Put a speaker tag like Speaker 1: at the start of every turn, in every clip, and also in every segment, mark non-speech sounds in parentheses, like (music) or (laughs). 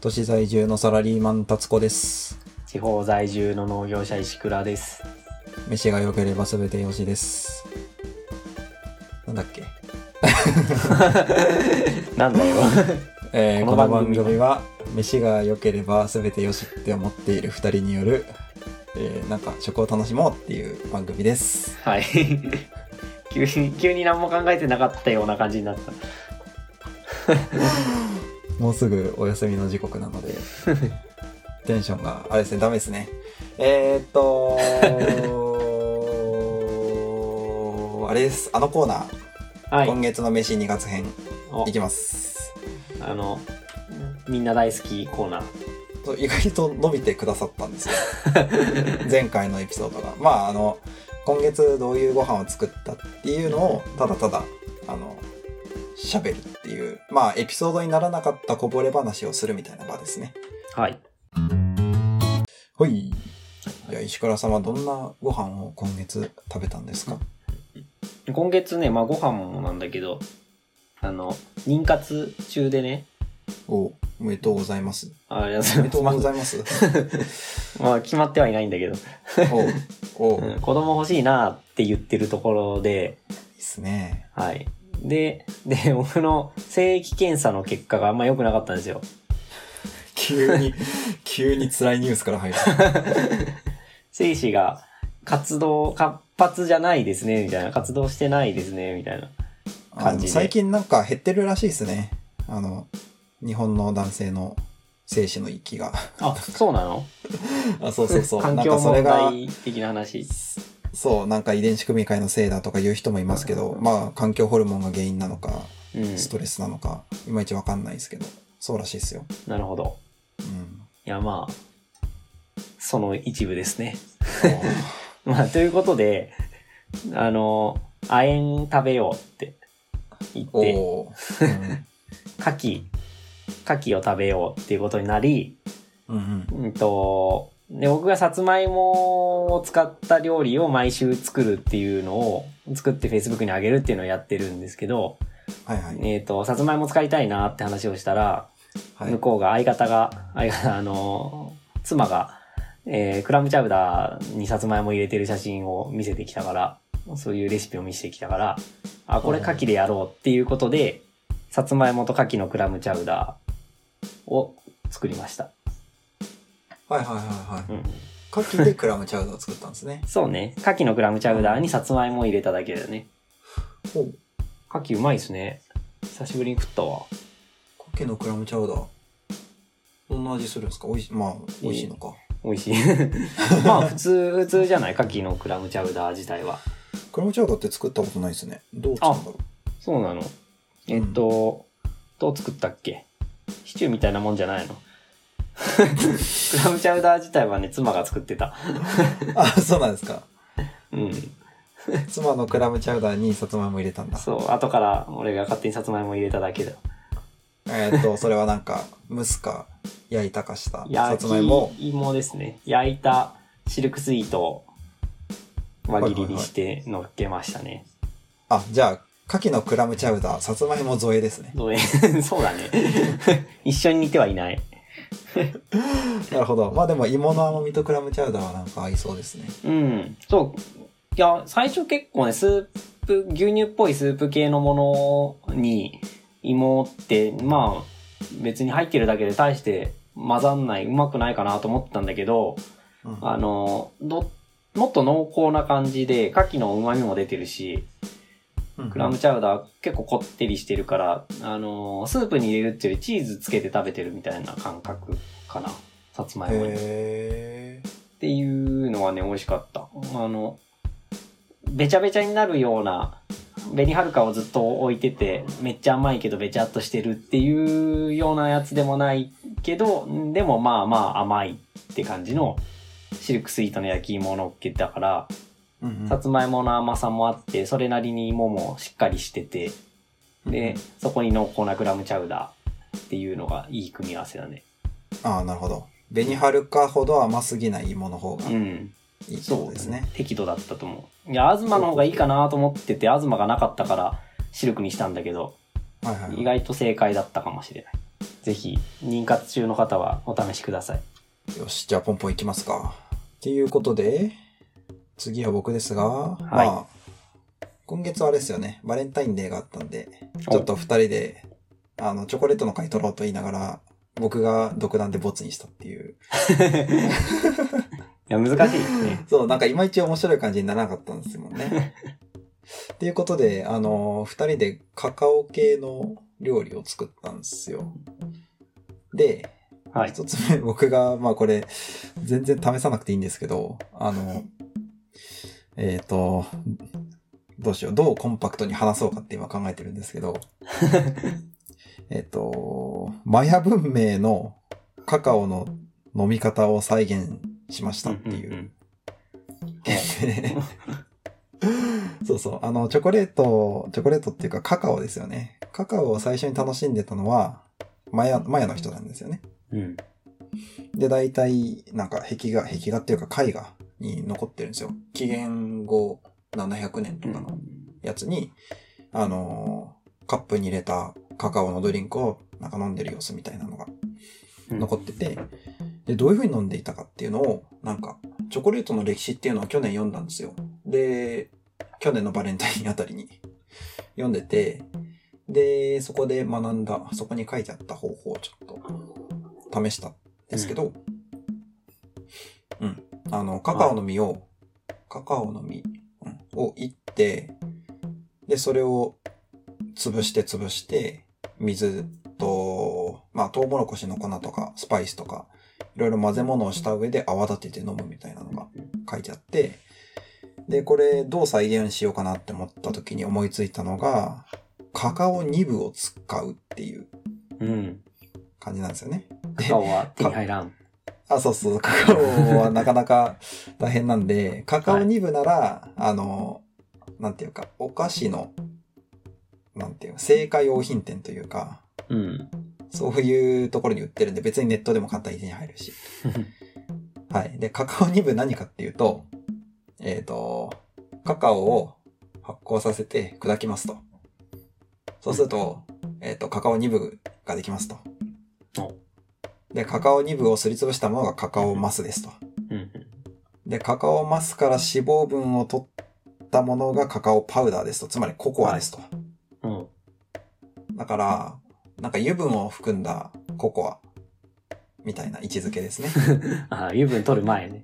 Speaker 1: 都市在住のサラリーマン達子です
Speaker 2: 地方在住の農業者石倉です。
Speaker 1: 飯が良ければ全てよしですなんだっけ、
Speaker 2: なんだよ。
Speaker 1: えーこの
Speaker 2: この番
Speaker 1: 番
Speaker 2: 組は
Speaker 1: 組は飯が良ければ全てよしって思っている2人による、えーなんか食を楽しもうっていう番組です
Speaker 2: (laughs) はい。急に、急に何も考えてなかったような感じになった。
Speaker 1: もうすぐお休みの時刻なので
Speaker 2: (laughs)
Speaker 1: テンションがあれですねダメですねえー、っ
Speaker 2: (laughs)
Speaker 1: とあれですあのコーナー
Speaker 2: はい
Speaker 1: 今。月の飯2月編
Speaker 2: お
Speaker 1: いきます
Speaker 2: あの、みんな大好きコーナー。
Speaker 1: と意外と伸びてくださったん (laughs) ですよ前回のエピソードがまああの今月どういうご飯を作ったっていうのをただただあの喋るっていうまあエピソードにならなかったこぼれ話をするみたいな場ですね
Speaker 2: はい。
Speaker 1: ほいじゃあ石倉さんはどんなご飯を今月食べたんですか
Speaker 2: 今月ね、まあご飯もなんだけど、あの、妊活中でね、
Speaker 1: おおめでとうござい (laughs) ます
Speaker 2: あ (laughs) れ、
Speaker 1: おめでとうございます (laughs)
Speaker 2: まあ決まってはいないんだけど、
Speaker 1: おお、
Speaker 2: う
Speaker 1: いい
Speaker 2: ん子供欲しいなって言ってるところで、
Speaker 1: っすね
Speaker 2: はい。で、で、僕の精液検査の結果があんま良くなかったんですよ。
Speaker 1: (laughs) 急 (laughs) に急に辛いニュースから入る
Speaker 2: 精子が活動活発じゃないですね、みたいな。活動してないですね、みたいな。
Speaker 1: あ
Speaker 2: 感じ
Speaker 1: の
Speaker 2: で
Speaker 1: 最近なんか減ってるらしいですねあの日本の男性の精子の域が
Speaker 2: あ、そうなの
Speaker 1: (laughs) あそうそうそう
Speaker 2: 環
Speaker 1: なん
Speaker 2: 境
Speaker 1: かそれ
Speaker 2: 問
Speaker 1: が
Speaker 2: 題的な話。
Speaker 1: そうなんか遺伝子組み換えのせいだとか言う人もいますけどまあ環境ホルモンが原因なのか
Speaker 2: うん。
Speaker 1: ストレスなのかいまいちわかんないですけどそうらしいですよ、
Speaker 2: なるほど。
Speaker 1: (laughs) うん、
Speaker 2: いや、まあ、その一部ですね。 (laughs) まあ、ということで、あの、亜鉛食べようって言っ
Speaker 1: お
Speaker 2: て、
Speaker 1: おー、
Speaker 2: 牡蠣、牡蠣を食べようっていうことになり、
Speaker 1: うん、うん
Speaker 2: うんと、で、僕がさつまいもを使った料理を毎週作るっていうのを、作って Facebook に上げるっていうのをやってるんですけど、
Speaker 1: はいはい、
Speaker 2: えっ、と、さつまいも使いたいなって話をしたら、
Speaker 1: はい
Speaker 2: 向、こうが相方が、相方、あの、妻が、えークラムチャウダーにさつまいも入れてる写真を見せてきたから、そういうレシピを見せてきたから、あ、これ牡蠣でやろうっていうことで、さつまいもと牡蠣のクラムチャウダーを作りました。
Speaker 1: はいはいはいはい
Speaker 2: うん。
Speaker 1: 牡蠣でクラムチャウダーを作ったんです (laughs) ね
Speaker 2: そうね。牡蠣のクラムチャウダーにさつまいもを入れただけだよね。
Speaker 1: おう
Speaker 2: 牡蠣うまいっすね。久しぶりに食ったわ。
Speaker 1: 牡蠣のクラムチャウダーどんな味するんですかおいしまあ美味しいのか、
Speaker 2: 美味し (laughs) い。まあ、普通、普通じゃない牡蠣のクラムチャウダー自体は。
Speaker 1: クラムチャウダーって作ったことないですね。どう作るんだろ
Speaker 2: そうなの。えっと、どう作ったっけシチューみたいなもんじゃ (laughs) ないのクラムチャウダー自体はね、妻が作ってた。
Speaker 1: う。あ、そうなんですか。
Speaker 2: うん。
Speaker 1: 妻のクラムチャウダーにさつまいも入れたんだ。
Speaker 2: そう、後から俺が勝手にさつまいも入れただけだ。
Speaker 1: えーっと、それはなんか、蒸すか、焼いたかしたさつ
Speaker 2: 焼
Speaker 1: まいもを
Speaker 2: き芋ですね。焼いたシルクスイートを輪切りにして乗っけましたね。
Speaker 1: あ、じゃあ、牡蠣のクラムチャウダー、さつまいも添えですね。
Speaker 2: どうえ (laughs) そうだね。 (laughs) 一緒に煮てはいない。
Speaker 1: なるほど。まあでも、芋の甘みとクラムチャウダーはなんか合いそうですね。
Speaker 2: うん。そう。いや、最初結構ね、スープ、牛乳っぽいスープ系のものに、芋って、まあ、別に入ってるだけで大して混ざんない、うまくないかなと思ったんだけど、
Speaker 1: うん、
Speaker 2: あの、ど、もっと濃厚な感じで、牡蠣の旨味も出てるし、
Speaker 1: うん
Speaker 2: クラムチャウダー結構こってりしてるから、あの、スープに入れるっていうよりチーズつけて食べてるみたいな感覚かな。さつまいもに。
Speaker 1: へー
Speaker 2: っていうのはね、美味しかった。あの、べちゃべちゃになるような、紅はるかをずっと置いてて、めっちゃ甘いけどべちゃっとしてるっていうようなやつでもないけど、でもまあまあ甘いって感じのシルクスイートの焼き芋を乗っけたから、
Speaker 1: うんうん
Speaker 2: さつまいもの甘さもあって、それなりに芋もしっかりしてて、で、そこに濃厚なクラムチャウダーっていうのがいい組み合わせだね。
Speaker 1: ああ、なるほど。紅はるかほど甘すぎない芋の方が
Speaker 2: う
Speaker 1: い
Speaker 2: ん。
Speaker 1: いってこ
Speaker 2: そ
Speaker 1: と
Speaker 2: う
Speaker 1: で
Speaker 2: ですす
Speaker 1: ね
Speaker 2: ね。。適度だったと思う。いや、東の方がいいかなと思ってて、東がなかったから、シルクにしたんだけど、
Speaker 1: はいはい。
Speaker 2: 意外と正解だったかもしれない。ぜひ、妊活中の方はお試しく
Speaker 1: (laughs)
Speaker 2: ださい。
Speaker 1: よし、じゃあポンポンいきますか。っていうことで、次は僕ですが、
Speaker 2: い
Speaker 1: まあ、今月はあれですよね、バレンタインデーがあったんで、
Speaker 2: お
Speaker 1: ちょっと二人で、あの、チョコレートの回取ろうと言いながら、僕が独断でボツにしたっていう。
Speaker 2: いや、難しいですね。
Speaker 1: そう、なんかいまいち面白い感じにならなかったんですもんね。
Speaker 2: (laughs)
Speaker 1: っていうことで、あの、二人でカカオ系の料理を作ったんですよ。で、
Speaker 2: はい。
Speaker 1: 一つ目、僕が、まあこれ、全然試さなくていいんですけど、あの、えっ、と、どうしよう、どうコンパクトに話そうかって今考えてるんですけ (laughs) ど、えっと、マヤ文明のカカオの飲み方を再現しましたっていう。
Speaker 2: ん
Speaker 1: で (laughs) そうそう。あの、チョコレート、チョコレートっていうかカカオですよね。カカオを最初に楽しんでたのは、マヤ、マヤの人なんですよね。
Speaker 2: うん。うん。
Speaker 1: で、大体、なんか壁画、壁画っていうか絵画に残ってるんですよ。紀元後700年とかのやつに、あのーカップに入れたカカオのドリンクをなんか飲んでる様子みたいなのが
Speaker 2: うん
Speaker 1: 残ってて、で、どういう風に飲んでいたかっていうのを、なんか、チョコレートの歴史っていうのを去年読んだんですよ。で、去年のバレンタインあたりに (laughs) 読んでて、で、そこで学んだ、そこに書いてあった方法をちょっと試したんですけど、うん、あの、カカオの実を、カカオの実うんをいって、で、それを潰して潰して、水と、まあ、トウモロコシの粉とか、スパイスとか、いろいろ混ぜ物をした上で泡立てて飲むみたいなのが書いてあって、で、これどう再現しようかなって思った時に思いついたのが、カカオ2部を使うっていう
Speaker 2: うん。
Speaker 1: 感じなんですよね。
Speaker 2: カカオは手に入らん。
Speaker 1: あ、そうそう、カカオはなかなか大変なんで、カカオ2部なら、あの、なんていうか、お菓子の、なんていうの、成果用品店というか、
Speaker 2: うん。
Speaker 1: そういうところに売ってるんで、別にネットでも簡単に手に入るし。はい。で、カカオ2部何かっていうと、えっ、と、カカオを発酵させて砕きますと。そうすると、えっ、と、カカオ2部ができますと
Speaker 2: お。
Speaker 1: で、カカオ2部をすりつぶしたものがカカオマスですと。
Speaker 2: うん。
Speaker 1: で、カカオマスから脂肪分を取ったものがカカオパウダーですと。つまりココアですと。
Speaker 2: うん。 (laughs)
Speaker 1: だから、なんか油分を含んだココアみたいな位置づけですね。
Speaker 2: ああ、油分取る前ね。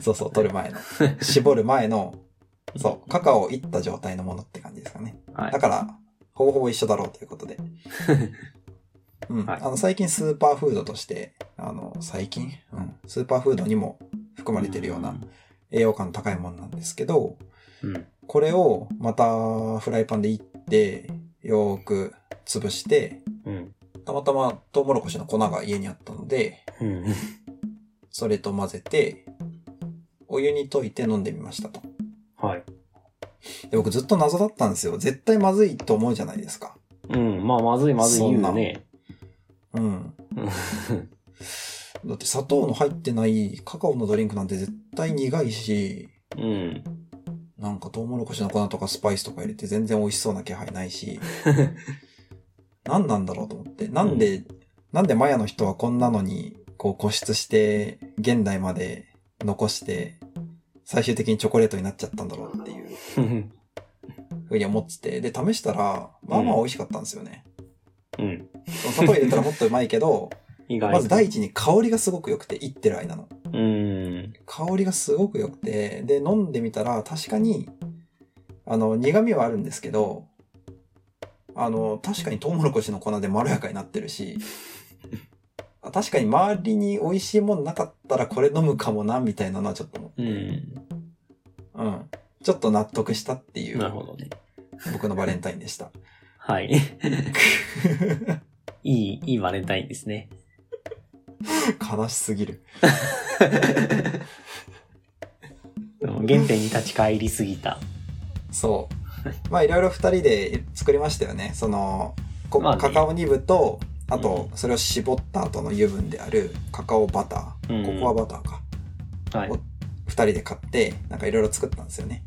Speaker 1: そうそう、取る前
Speaker 2: (laughs)
Speaker 1: の。絞る前の、そう、カカオをいった状態のものって感じですかね。
Speaker 2: はい
Speaker 1: だ。から、ほぼほぼ一緒だろうということ
Speaker 2: (laughs)
Speaker 1: で。うん。
Speaker 2: はい
Speaker 1: あの、最近スーパーフードとして、あの、最近、うん、スーパーフードにも含まれてるような栄養価の高いものなんですけど、
Speaker 2: うん。
Speaker 1: これをまたフライパンでいって、よーく潰して、
Speaker 2: うん。
Speaker 1: たまたまトウモロコシの粉が家にあったので、
Speaker 2: うん。
Speaker 1: それと混ぜて、お湯に溶いて飲んでみましたと。
Speaker 2: はい。
Speaker 1: で僕ずっと謎だったんですよ。絶対まずいと思うじゃないですか。
Speaker 2: うん。まあ、まずいまずい言うね。
Speaker 1: うん。
Speaker 2: うん
Speaker 1: だって砂糖の入ってないカカオのドリンクなんて絶対苦いし、
Speaker 2: うん。
Speaker 1: なんかトウモロコシの粉とかスパイスとか入れて全然美味しそうな気配ない (laughs) し、何なんだろうと思って。なんで、なんでマヤの人はこんなのに、こう固執して、現代まで残して、最終的にチョコレートになっちゃったんだろうっていうふうに思ってて、で、試したら、まあまあ美味しかったんですよね。
Speaker 2: うん。
Speaker 1: 砂糖入れたらもっとうまいけど、
Speaker 2: 意外
Speaker 1: まず第一に香りがすごく良くて、いってる間の。
Speaker 2: うん。
Speaker 1: 香りがすごく良くて、で、飲んでみたら確かに、あの、苦味はあるんですけど、あの、確かにトウモロコシの粉でまろやかになってる
Speaker 2: (laughs)
Speaker 1: し、あ確かに周りに美味しいもんなかったらこれ飲むかもな、みたいなのはちょっと思っ
Speaker 2: う
Speaker 1: て、
Speaker 2: ん。
Speaker 1: うん。ちょっと納得したってい
Speaker 2: なる
Speaker 1: う、
Speaker 2: ほどね。
Speaker 1: 僕のバレンタインでした。
Speaker 2: はい。 (laughs) いい、いいバレンタインですね。 (laughs)
Speaker 1: 悲しすぎる。
Speaker 2: でも原点に立ち返りすぎた。 (laughs)
Speaker 1: そう。まあいろいろ二人で作りましたよね。その、こ
Speaker 2: まあね
Speaker 1: カカオ2部と、あと、それを絞った後の油分であるカカオバター、
Speaker 2: うん
Speaker 1: ココアバターか。
Speaker 2: はい。
Speaker 1: 二人で買って、なんかいろいろ作ったんですよね。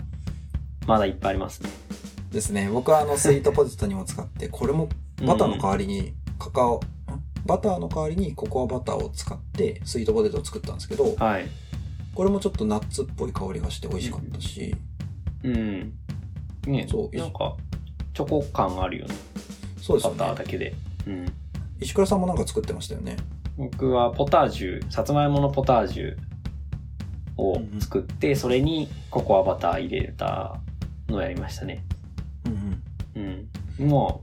Speaker 2: まだいっぱいありますね。 (laughs)
Speaker 1: ですね。僕はあの、スイートポテトにも使って、これもバターの代わりにカカオ、んバターの代わりにココアバターを使ってスイートポテトを作ったんですけど
Speaker 2: はい。
Speaker 1: これもちょっとナッツっぽい香りがして美味しかったし、
Speaker 2: うん。ね
Speaker 1: そう
Speaker 2: なんか、チョコ感あるよね。
Speaker 1: そうです
Speaker 2: バ
Speaker 1: よ
Speaker 2: ター
Speaker 1: ね
Speaker 2: だけで。うん。
Speaker 1: 石倉さんもなんか作ってましたよね
Speaker 2: 僕はポタージュ、さつまいものポタージュを作って、それにココアバター入れたのをやりましたね。
Speaker 1: うんうん
Speaker 2: うん。も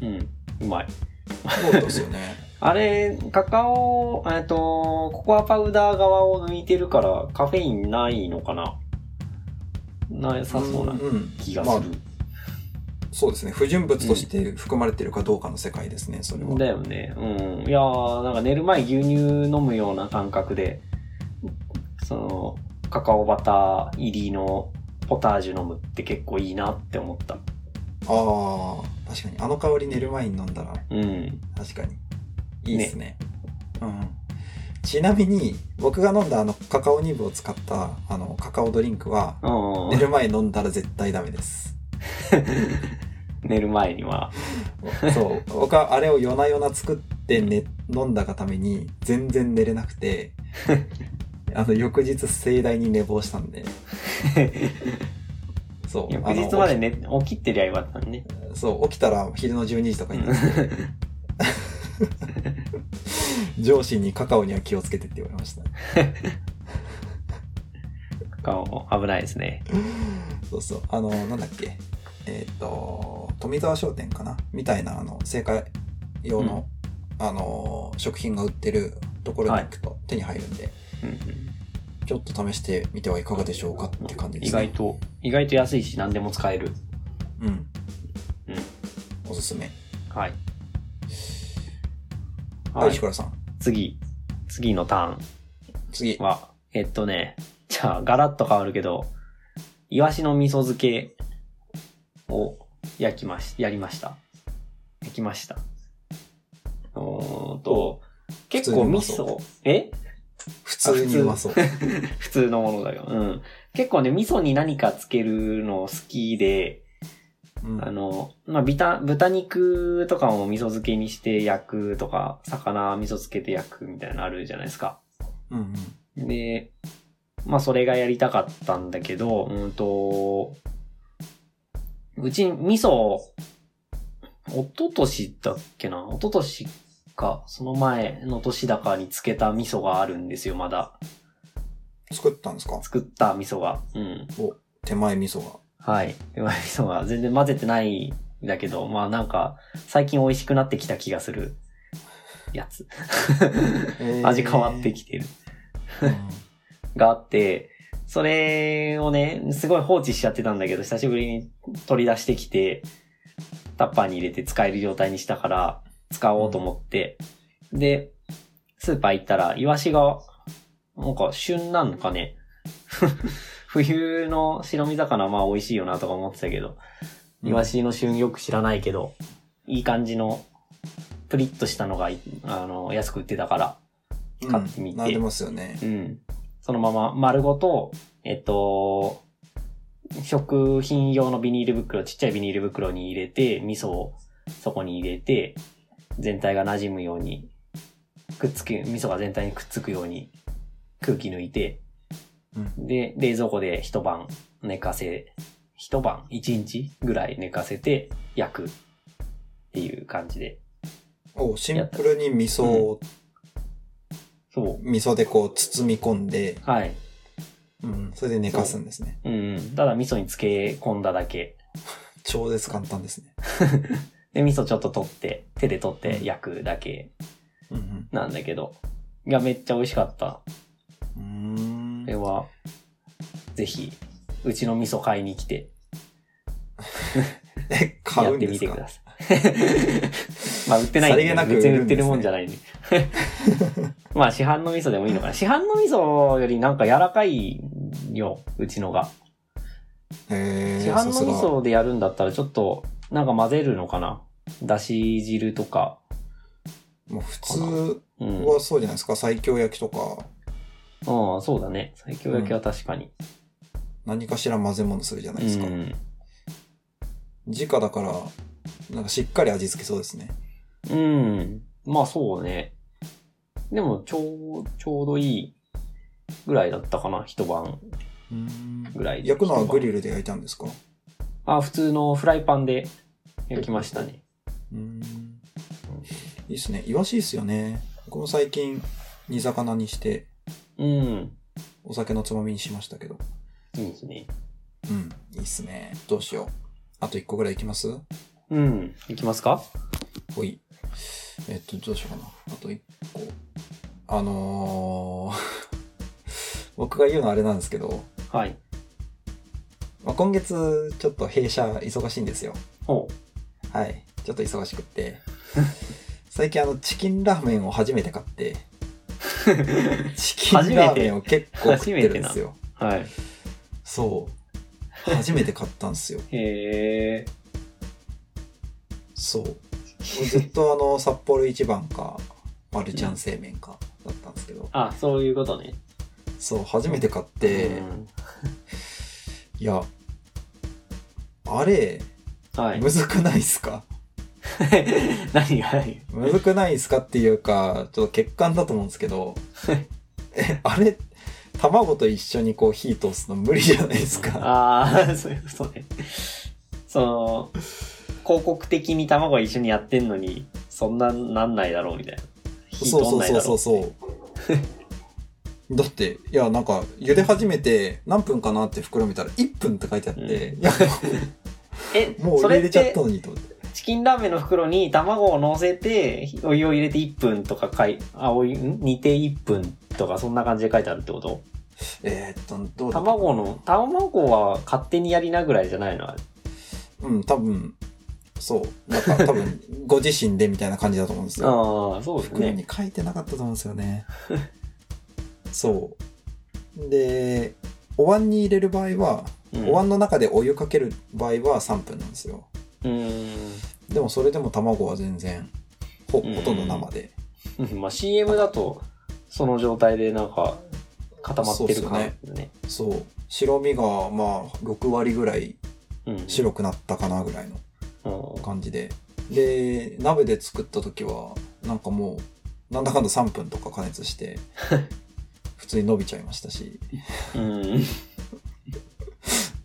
Speaker 2: う、うん、うまい。
Speaker 1: そうだったですよ
Speaker 2: (laughs)
Speaker 1: ね
Speaker 2: あれ、カカオ、えっと、ココアパウダー側を抜いてるから、カフェインないのかななさそうなん
Speaker 1: ん
Speaker 2: 気がする。
Speaker 1: そうですね不純物として含まれてるかどうかの世界ですねそれは、
Speaker 2: だよね。うん。いやー、なんか寝る前牛乳飲むような感覚で、その、カカオバター入りのポタージュ飲むって結構いいなって思った。
Speaker 1: ああ確かにあの香り寝る前に飲んだら
Speaker 2: うん。
Speaker 1: 確かにいいですねうんちなみに僕が飲んだあのカカオニブを使ったあのカカオドリンクは
Speaker 2: う
Speaker 1: (laughs) 寝
Speaker 2: ん。
Speaker 1: る前飲んだら絶対ダメ
Speaker 2: (laughs)
Speaker 1: です
Speaker 2: 寝る前
Speaker 1: (laughs)
Speaker 2: には。
Speaker 1: そう僕はあれを夜な夜な作って、ね、飲んだがために全然寝れなく
Speaker 2: (laughs)
Speaker 1: てあの翌日盛大に寝坊したんでそう
Speaker 2: 翌日まで
Speaker 1: あの
Speaker 2: 寝起きてりゃよかったのね。
Speaker 1: 起きそう起きたら昼の12時とかになってて上司にカカオには気をつけてって言われました
Speaker 2: カカオ危ないですね。
Speaker 1: そうそう。あの、なんだっけ。えっ、と、富澤商店かなみたいな、あの、製菓用の、あの、食品が売ってるところに行くと手に入るんで、
Speaker 2: うんうん
Speaker 1: ちょっと試してみてはいかがでしょうかって感じで
Speaker 2: 意
Speaker 1: すね。
Speaker 2: 外と、意外と安いし何でも使える。
Speaker 1: うん。
Speaker 2: うん
Speaker 1: おすすめ。
Speaker 2: は
Speaker 1: は
Speaker 2: い。
Speaker 1: い、
Speaker 2: はい
Speaker 1: 石。倉さん。
Speaker 2: 次。次のターン。
Speaker 1: 次。
Speaker 2: は、えっとね、じゃあ、ガラッと変わるけど、イワシの味噌漬けを焼きまし、やりました。焼きました。おーと、結構味
Speaker 1: 普通にう
Speaker 2: 噌、え (laughs)
Speaker 1: 普通にうまそう。
Speaker 2: 普通のものだよ。うん。結構ね、味噌に何かつけるの好きで、
Speaker 1: うん
Speaker 2: あの、まあ、豚、豚肉とかも味噌漬けにして焼くとか、魚味噌漬けて焼くみたいなのあるじゃないですか。
Speaker 1: うんうん。
Speaker 2: で、まあそれがやりたかったんだけど、うんと、うち味噌、一昨年だっけな一昨年か、その前の年だかに漬けた味噌があるんですよ、まだ。
Speaker 1: 作ったんですか
Speaker 2: 作った味噌が。うん。
Speaker 1: 手前味噌が。
Speaker 2: はい。う (laughs) まい味噌が全然混ぜてないんだけど、まあなんか、最近美味しくなってきた気がするや (laughs) つ。
Speaker 1: えー
Speaker 2: 味変わってきてる。 (laughs)
Speaker 1: うん
Speaker 2: があって、それをね、すごい放置しちゃってたんだけど、久しぶりに取り出してきて、タッパーに入れて使える状態にしたから、使おうと思って。で、スーパー行ったら、イワシが、なんか旬なのかね。 (laughs) 冬の白身魚はまあ美味しいよなとか思ってたけど、イワシの旬よく知らないけど、いい感じの、プリッとしたのがい、あの、安く売ってたから、
Speaker 1: うん
Speaker 2: 買ってみて
Speaker 1: なりますよね。
Speaker 2: うん。そのまま丸ごと、えっと、食品用のビニール袋、ちっちゃいビニール袋に入れて、味噌をそこに入れて、全体が馴染むように、くっつけ、味噌が全体にくっつくように空気抜いて、
Speaker 1: うん
Speaker 2: で、冷蔵庫で一晩寝かせ、一晩、一日ぐらい寝かせて焼くっていう感じで。
Speaker 1: おシンプルに味噌を、
Speaker 2: そ
Speaker 1: 味噌でこう包み込んで、
Speaker 2: う。はい。
Speaker 1: うん、それで寝かすんですね。
Speaker 2: うんうん。ただ味噌に漬け込んだだけ。
Speaker 1: 超絶簡単ですね。
Speaker 2: で、味噌ちょっと取って、手で取って焼くだけ
Speaker 1: うん
Speaker 2: なんだけど、いや、めっちゃ美味しかった。
Speaker 1: うん。う
Speaker 2: これ
Speaker 1: ーん。
Speaker 2: は、ぜひ、うちの味噌買いに来て、
Speaker 1: え、買
Speaker 2: や
Speaker 1: う
Speaker 2: っ
Speaker 1: ん
Speaker 2: て
Speaker 1: で
Speaker 2: み
Speaker 1: す
Speaker 2: てくだ
Speaker 1: か
Speaker 2: さい。 (laughs) まあ、売ってないん
Speaker 1: さりげ
Speaker 2: で、
Speaker 1: なく
Speaker 2: 別に売ってるも
Speaker 1: 売る
Speaker 2: ん
Speaker 1: ん
Speaker 2: じ
Speaker 1: です
Speaker 2: ゃないんで。 (laughs) まあ、市販の味噌でもいいのかな。市販の味噌よりなんか柔らかいよ、うちのが。
Speaker 1: へー
Speaker 2: 市販の
Speaker 1: さす
Speaker 2: 味
Speaker 1: が
Speaker 2: 噌でやるんだったら、ちょっと、なんか混ぜるのかな。だし汁とか。
Speaker 1: もう普通
Speaker 2: うん。
Speaker 1: はそうじゃないですか。西京焼きとか、
Speaker 2: うん、そうだね。最強焼きは確かに。
Speaker 1: 何かしら混ぜ物するじゃないですか
Speaker 2: う。ん
Speaker 1: 直だから、なんかしっかり味付けそうですね。
Speaker 2: うん。まあそうね。でも、ちょう、ちょうどいいぐらいだったかな、一晩
Speaker 1: うん
Speaker 2: ぐらい。
Speaker 1: 焼くのはグリルで焼いたんですか
Speaker 2: あ、普通のフライパンで焼きましたね。
Speaker 1: うんいいっすねイワシいいっすよね僕も最近煮魚にして
Speaker 2: うん。
Speaker 1: お酒のつまみにしましたけど
Speaker 2: いいですね。
Speaker 1: うんいいっすねどうしようあと1個ぐらいいきます
Speaker 2: うん。いきますか
Speaker 1: ほい。えっと、どうしようかな。あと一個。あのー (laughs) 僕が言うのはあれなんですけど、
Speaker 2: はい。
Speaker 1: まあ、今月ちょっと弊社忙しいんですよ。
Speaker 2: ほ
Speaker 1: はい。ちょっと忙しくって。最近あの、チキンラーメンを初めて買って、チキンラーメンを結構食ってるんですよ。
Speaker 2: う。 (laughs) はい。
Speaker 1: そう。初めて買ったんですよ。
Speaker 2: へえ。
Speaker 1: そう。もうずっとあの、札幌一番か、マルちゃん製麺か、だったんですけど、
Speaker 2: あ、そういうことね。
Speaker 1: そう、初めて買って、
Speaker 2: うん
Speaker 1: いや、あれ、
Speaker 2: はい
Speaker 1: む。ずくないっすか、
Speaker 2: (laughs) 何が何
Speaker 1: むずくないっすかっていうか、ちょっと欠陥だと思うんですけど、え、あれ、卵と一緒にこう火通すの無理じゃないですか。
Speaker 2: ああ、そういうことね。その、広告的に卵一緒にやってんのに、そんななんないだろうみたいな。火
Speaker 1: そう
Speaker 2: 通ん
Speaker 1: そう
Speaker 2: ない
Speaker 1: そう
Speaker 2: だ
Speaker 1: そ
Speaker 2: ろ
Speaker 1: うそう。だって、いや、なんか、茹で始めて何分かなって袋見たら1分って書いてあって、
Speaker 2: う
Speaker 1: いや、
Speaker 2: え、
Speaker 1: もう
Speaker 2: そ
Speaker 1: 入
Speaker 2: れ
Speaker 1: れ
Speaker 2: っ
Speaker 1: ちゃってたのにと思って。
Speaker 2: チキンラーメンの袋に卵を乗せて、お湯を入れて1分とかかい、あ、お湯、ん煮て1分とか、そんな感じで書いてあるってこと
Speaker 1: えーっと、どうだ
Speaker 2: 卵の、卵は勝手にやりなぐらいじゃないのあれ
Speaker 1: うん、多分、そう。なんか多
Speaker 2: (laughs)
Speaker 1: 分、ご自身でみたいな感じだと思うんですよ。
Speaker 2: ああ、そうです
Speaker 1: 袋
Speaker 2: ね。
Speaker 1: に書いてなかったと思うんですよね。 (laughs) そう。で、お椀に入れる場合は、
Speaker 2: うん
Speaker 1: お椀の中でお湯かける場合は3分なんですよ。
Speaker 2: うーん。
Speaker 1: でもそれでも卵は全然ほほとんど生で。
Speaker 2: うんまあ CM だと、その状態でなんか、固まってる感
Speaker 1: そうっ
Speaker 2: じね。
Speaker 1: そう。白身がまあ6割ぐらい
Speaker 2: うん。
Speaker 1: 白くなったかなぐらいの
Speaker 2: うん
Speaker 1: 感じで。で、鍋で作った時は、なんかもう、なんだかんだ3分とか加熱
Speaker 2: (laughs)
Speaker 1: して、普通に伸びちゃいましたし、
Speaker 2: うん。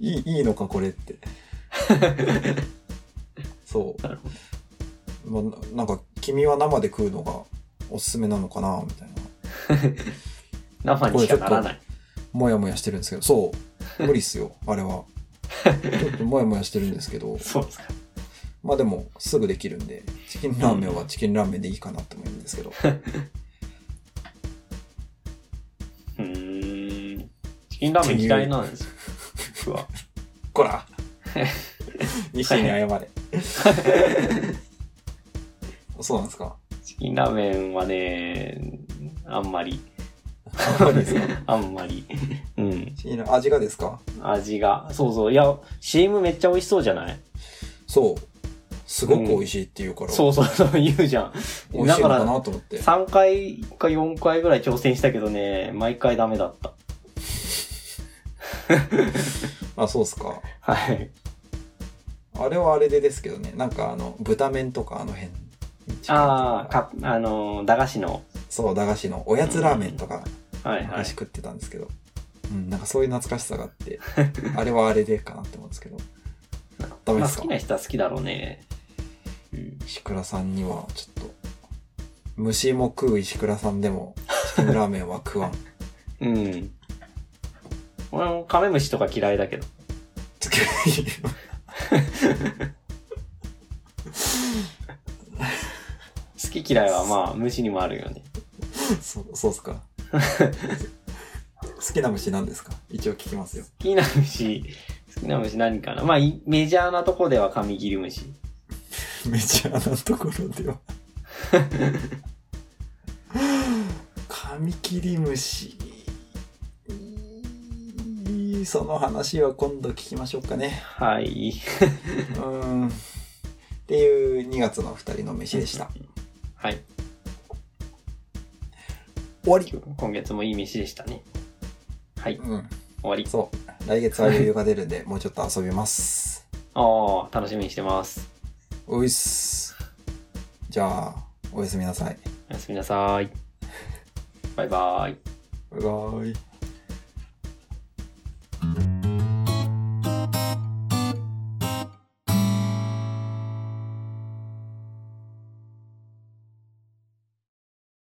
Speaker 1: いいいいのかこれって。
Speaker 2: (laughs)
Speaker 1: そう。
Speaker 2: なるほ
Speaker 1: まあ、ななんか君は生で食うのがおすすめなのかなみたいな
Speaker 2: 生にしかならない。
Speaker 1: もやもやしてるんですけどそう無理っす
Speaker 2: (laughs)
Speaker 1: よあれはちょっともやもやしてるんですけど
Speaker 2: そうですか。
Speaker 1: まあでもすぐできるんでチキンラーメンはチキンラーメンでいいかなと思うんですけど
Speaker 2: うーん。チキンラーメン嫌いなんですよ。僕は。
Speaker 1: こ (laughs) ら西に謝れそうなんですか
Speaker 2: チキンラーメンはね、あんまり、
Speaker 1: あんまりですか
Speaker 2: あんまり。うん。
Speaker 1: チキンラー味がですか
Speaker 2: 味が。そうそう。いや、CM めっちゃ美味しそうじゃない
Speaker 1: そうすごく美味しいっていうから、
Speaker 2: そうそうそう、言うじゃん。
Speaker 1: 美味
Speaker 2: だ
Speaker 1: しいの
Speaker 2: か、
Speaker 1: からなと思って
Speaker 2: 3回か4回ぐらい挑戦したけどね、毎回ダメだった。
Speaker 1: あそうっすか
Speaker 2: はい。
Speaker 1: あれはあれでですけどね、なんかあの、豚麺とかあの辺。
Speaker 2: ああ、か、あのー、駄菓子の。
Speaker 1: そう、駄菓子のおやつラーメンとか
Speaker 2: はいはい
Speaker 1: 昔。食ってたんですけど、うん、なんかそういう懐かしさがあ (laughs) って、あれはあれでかなって思うんですけど、ダメ
Speaker 2: ま
Speaker 1: で
Speaker 2: あ、
Speaker 1: す
Speaker 2: 好
Speaker 1: か
Speaker 2: きな人は好きだろうね。うん
Speaker 1: 石倉さんにはちょっと、虫も食う石倉さんでも、チキンラーメンは食わん。
Speaker 2: うん。俺もカメムシとか嫌いだけど。好き嫌いはまあ虫にもあるよね。
Speaker 1: そうそうっすか。好きな虫なんですか一応聞きますよ。
Speaker 2: 好きな虫、好きな虫何かなまあいメジャーなとこではカミキリムシ。
Speaker 1: メジャーなところではカミキリムシその話は今度聞きましょうかね
Speaker 2: はい。
Speaker 1: うーんっていう2月の2人の飯でした
Speaker 2: はい。
Speaker 1: 終わり
Speaker 2: 今月もいい飯でしたね。はい。
Speaker 1: うん
Speaker 2: 終わり。
Speaker 1: そう来月は余裕が出るんでもうちょっと遊びます
Speaker 2: ああ、楽しみにしてます。
Speaker 1: おいっすじゃあおやすみなさい。
Speaker 2: おやすみなさい。バイバイ。
Speaker 1: バイバイ。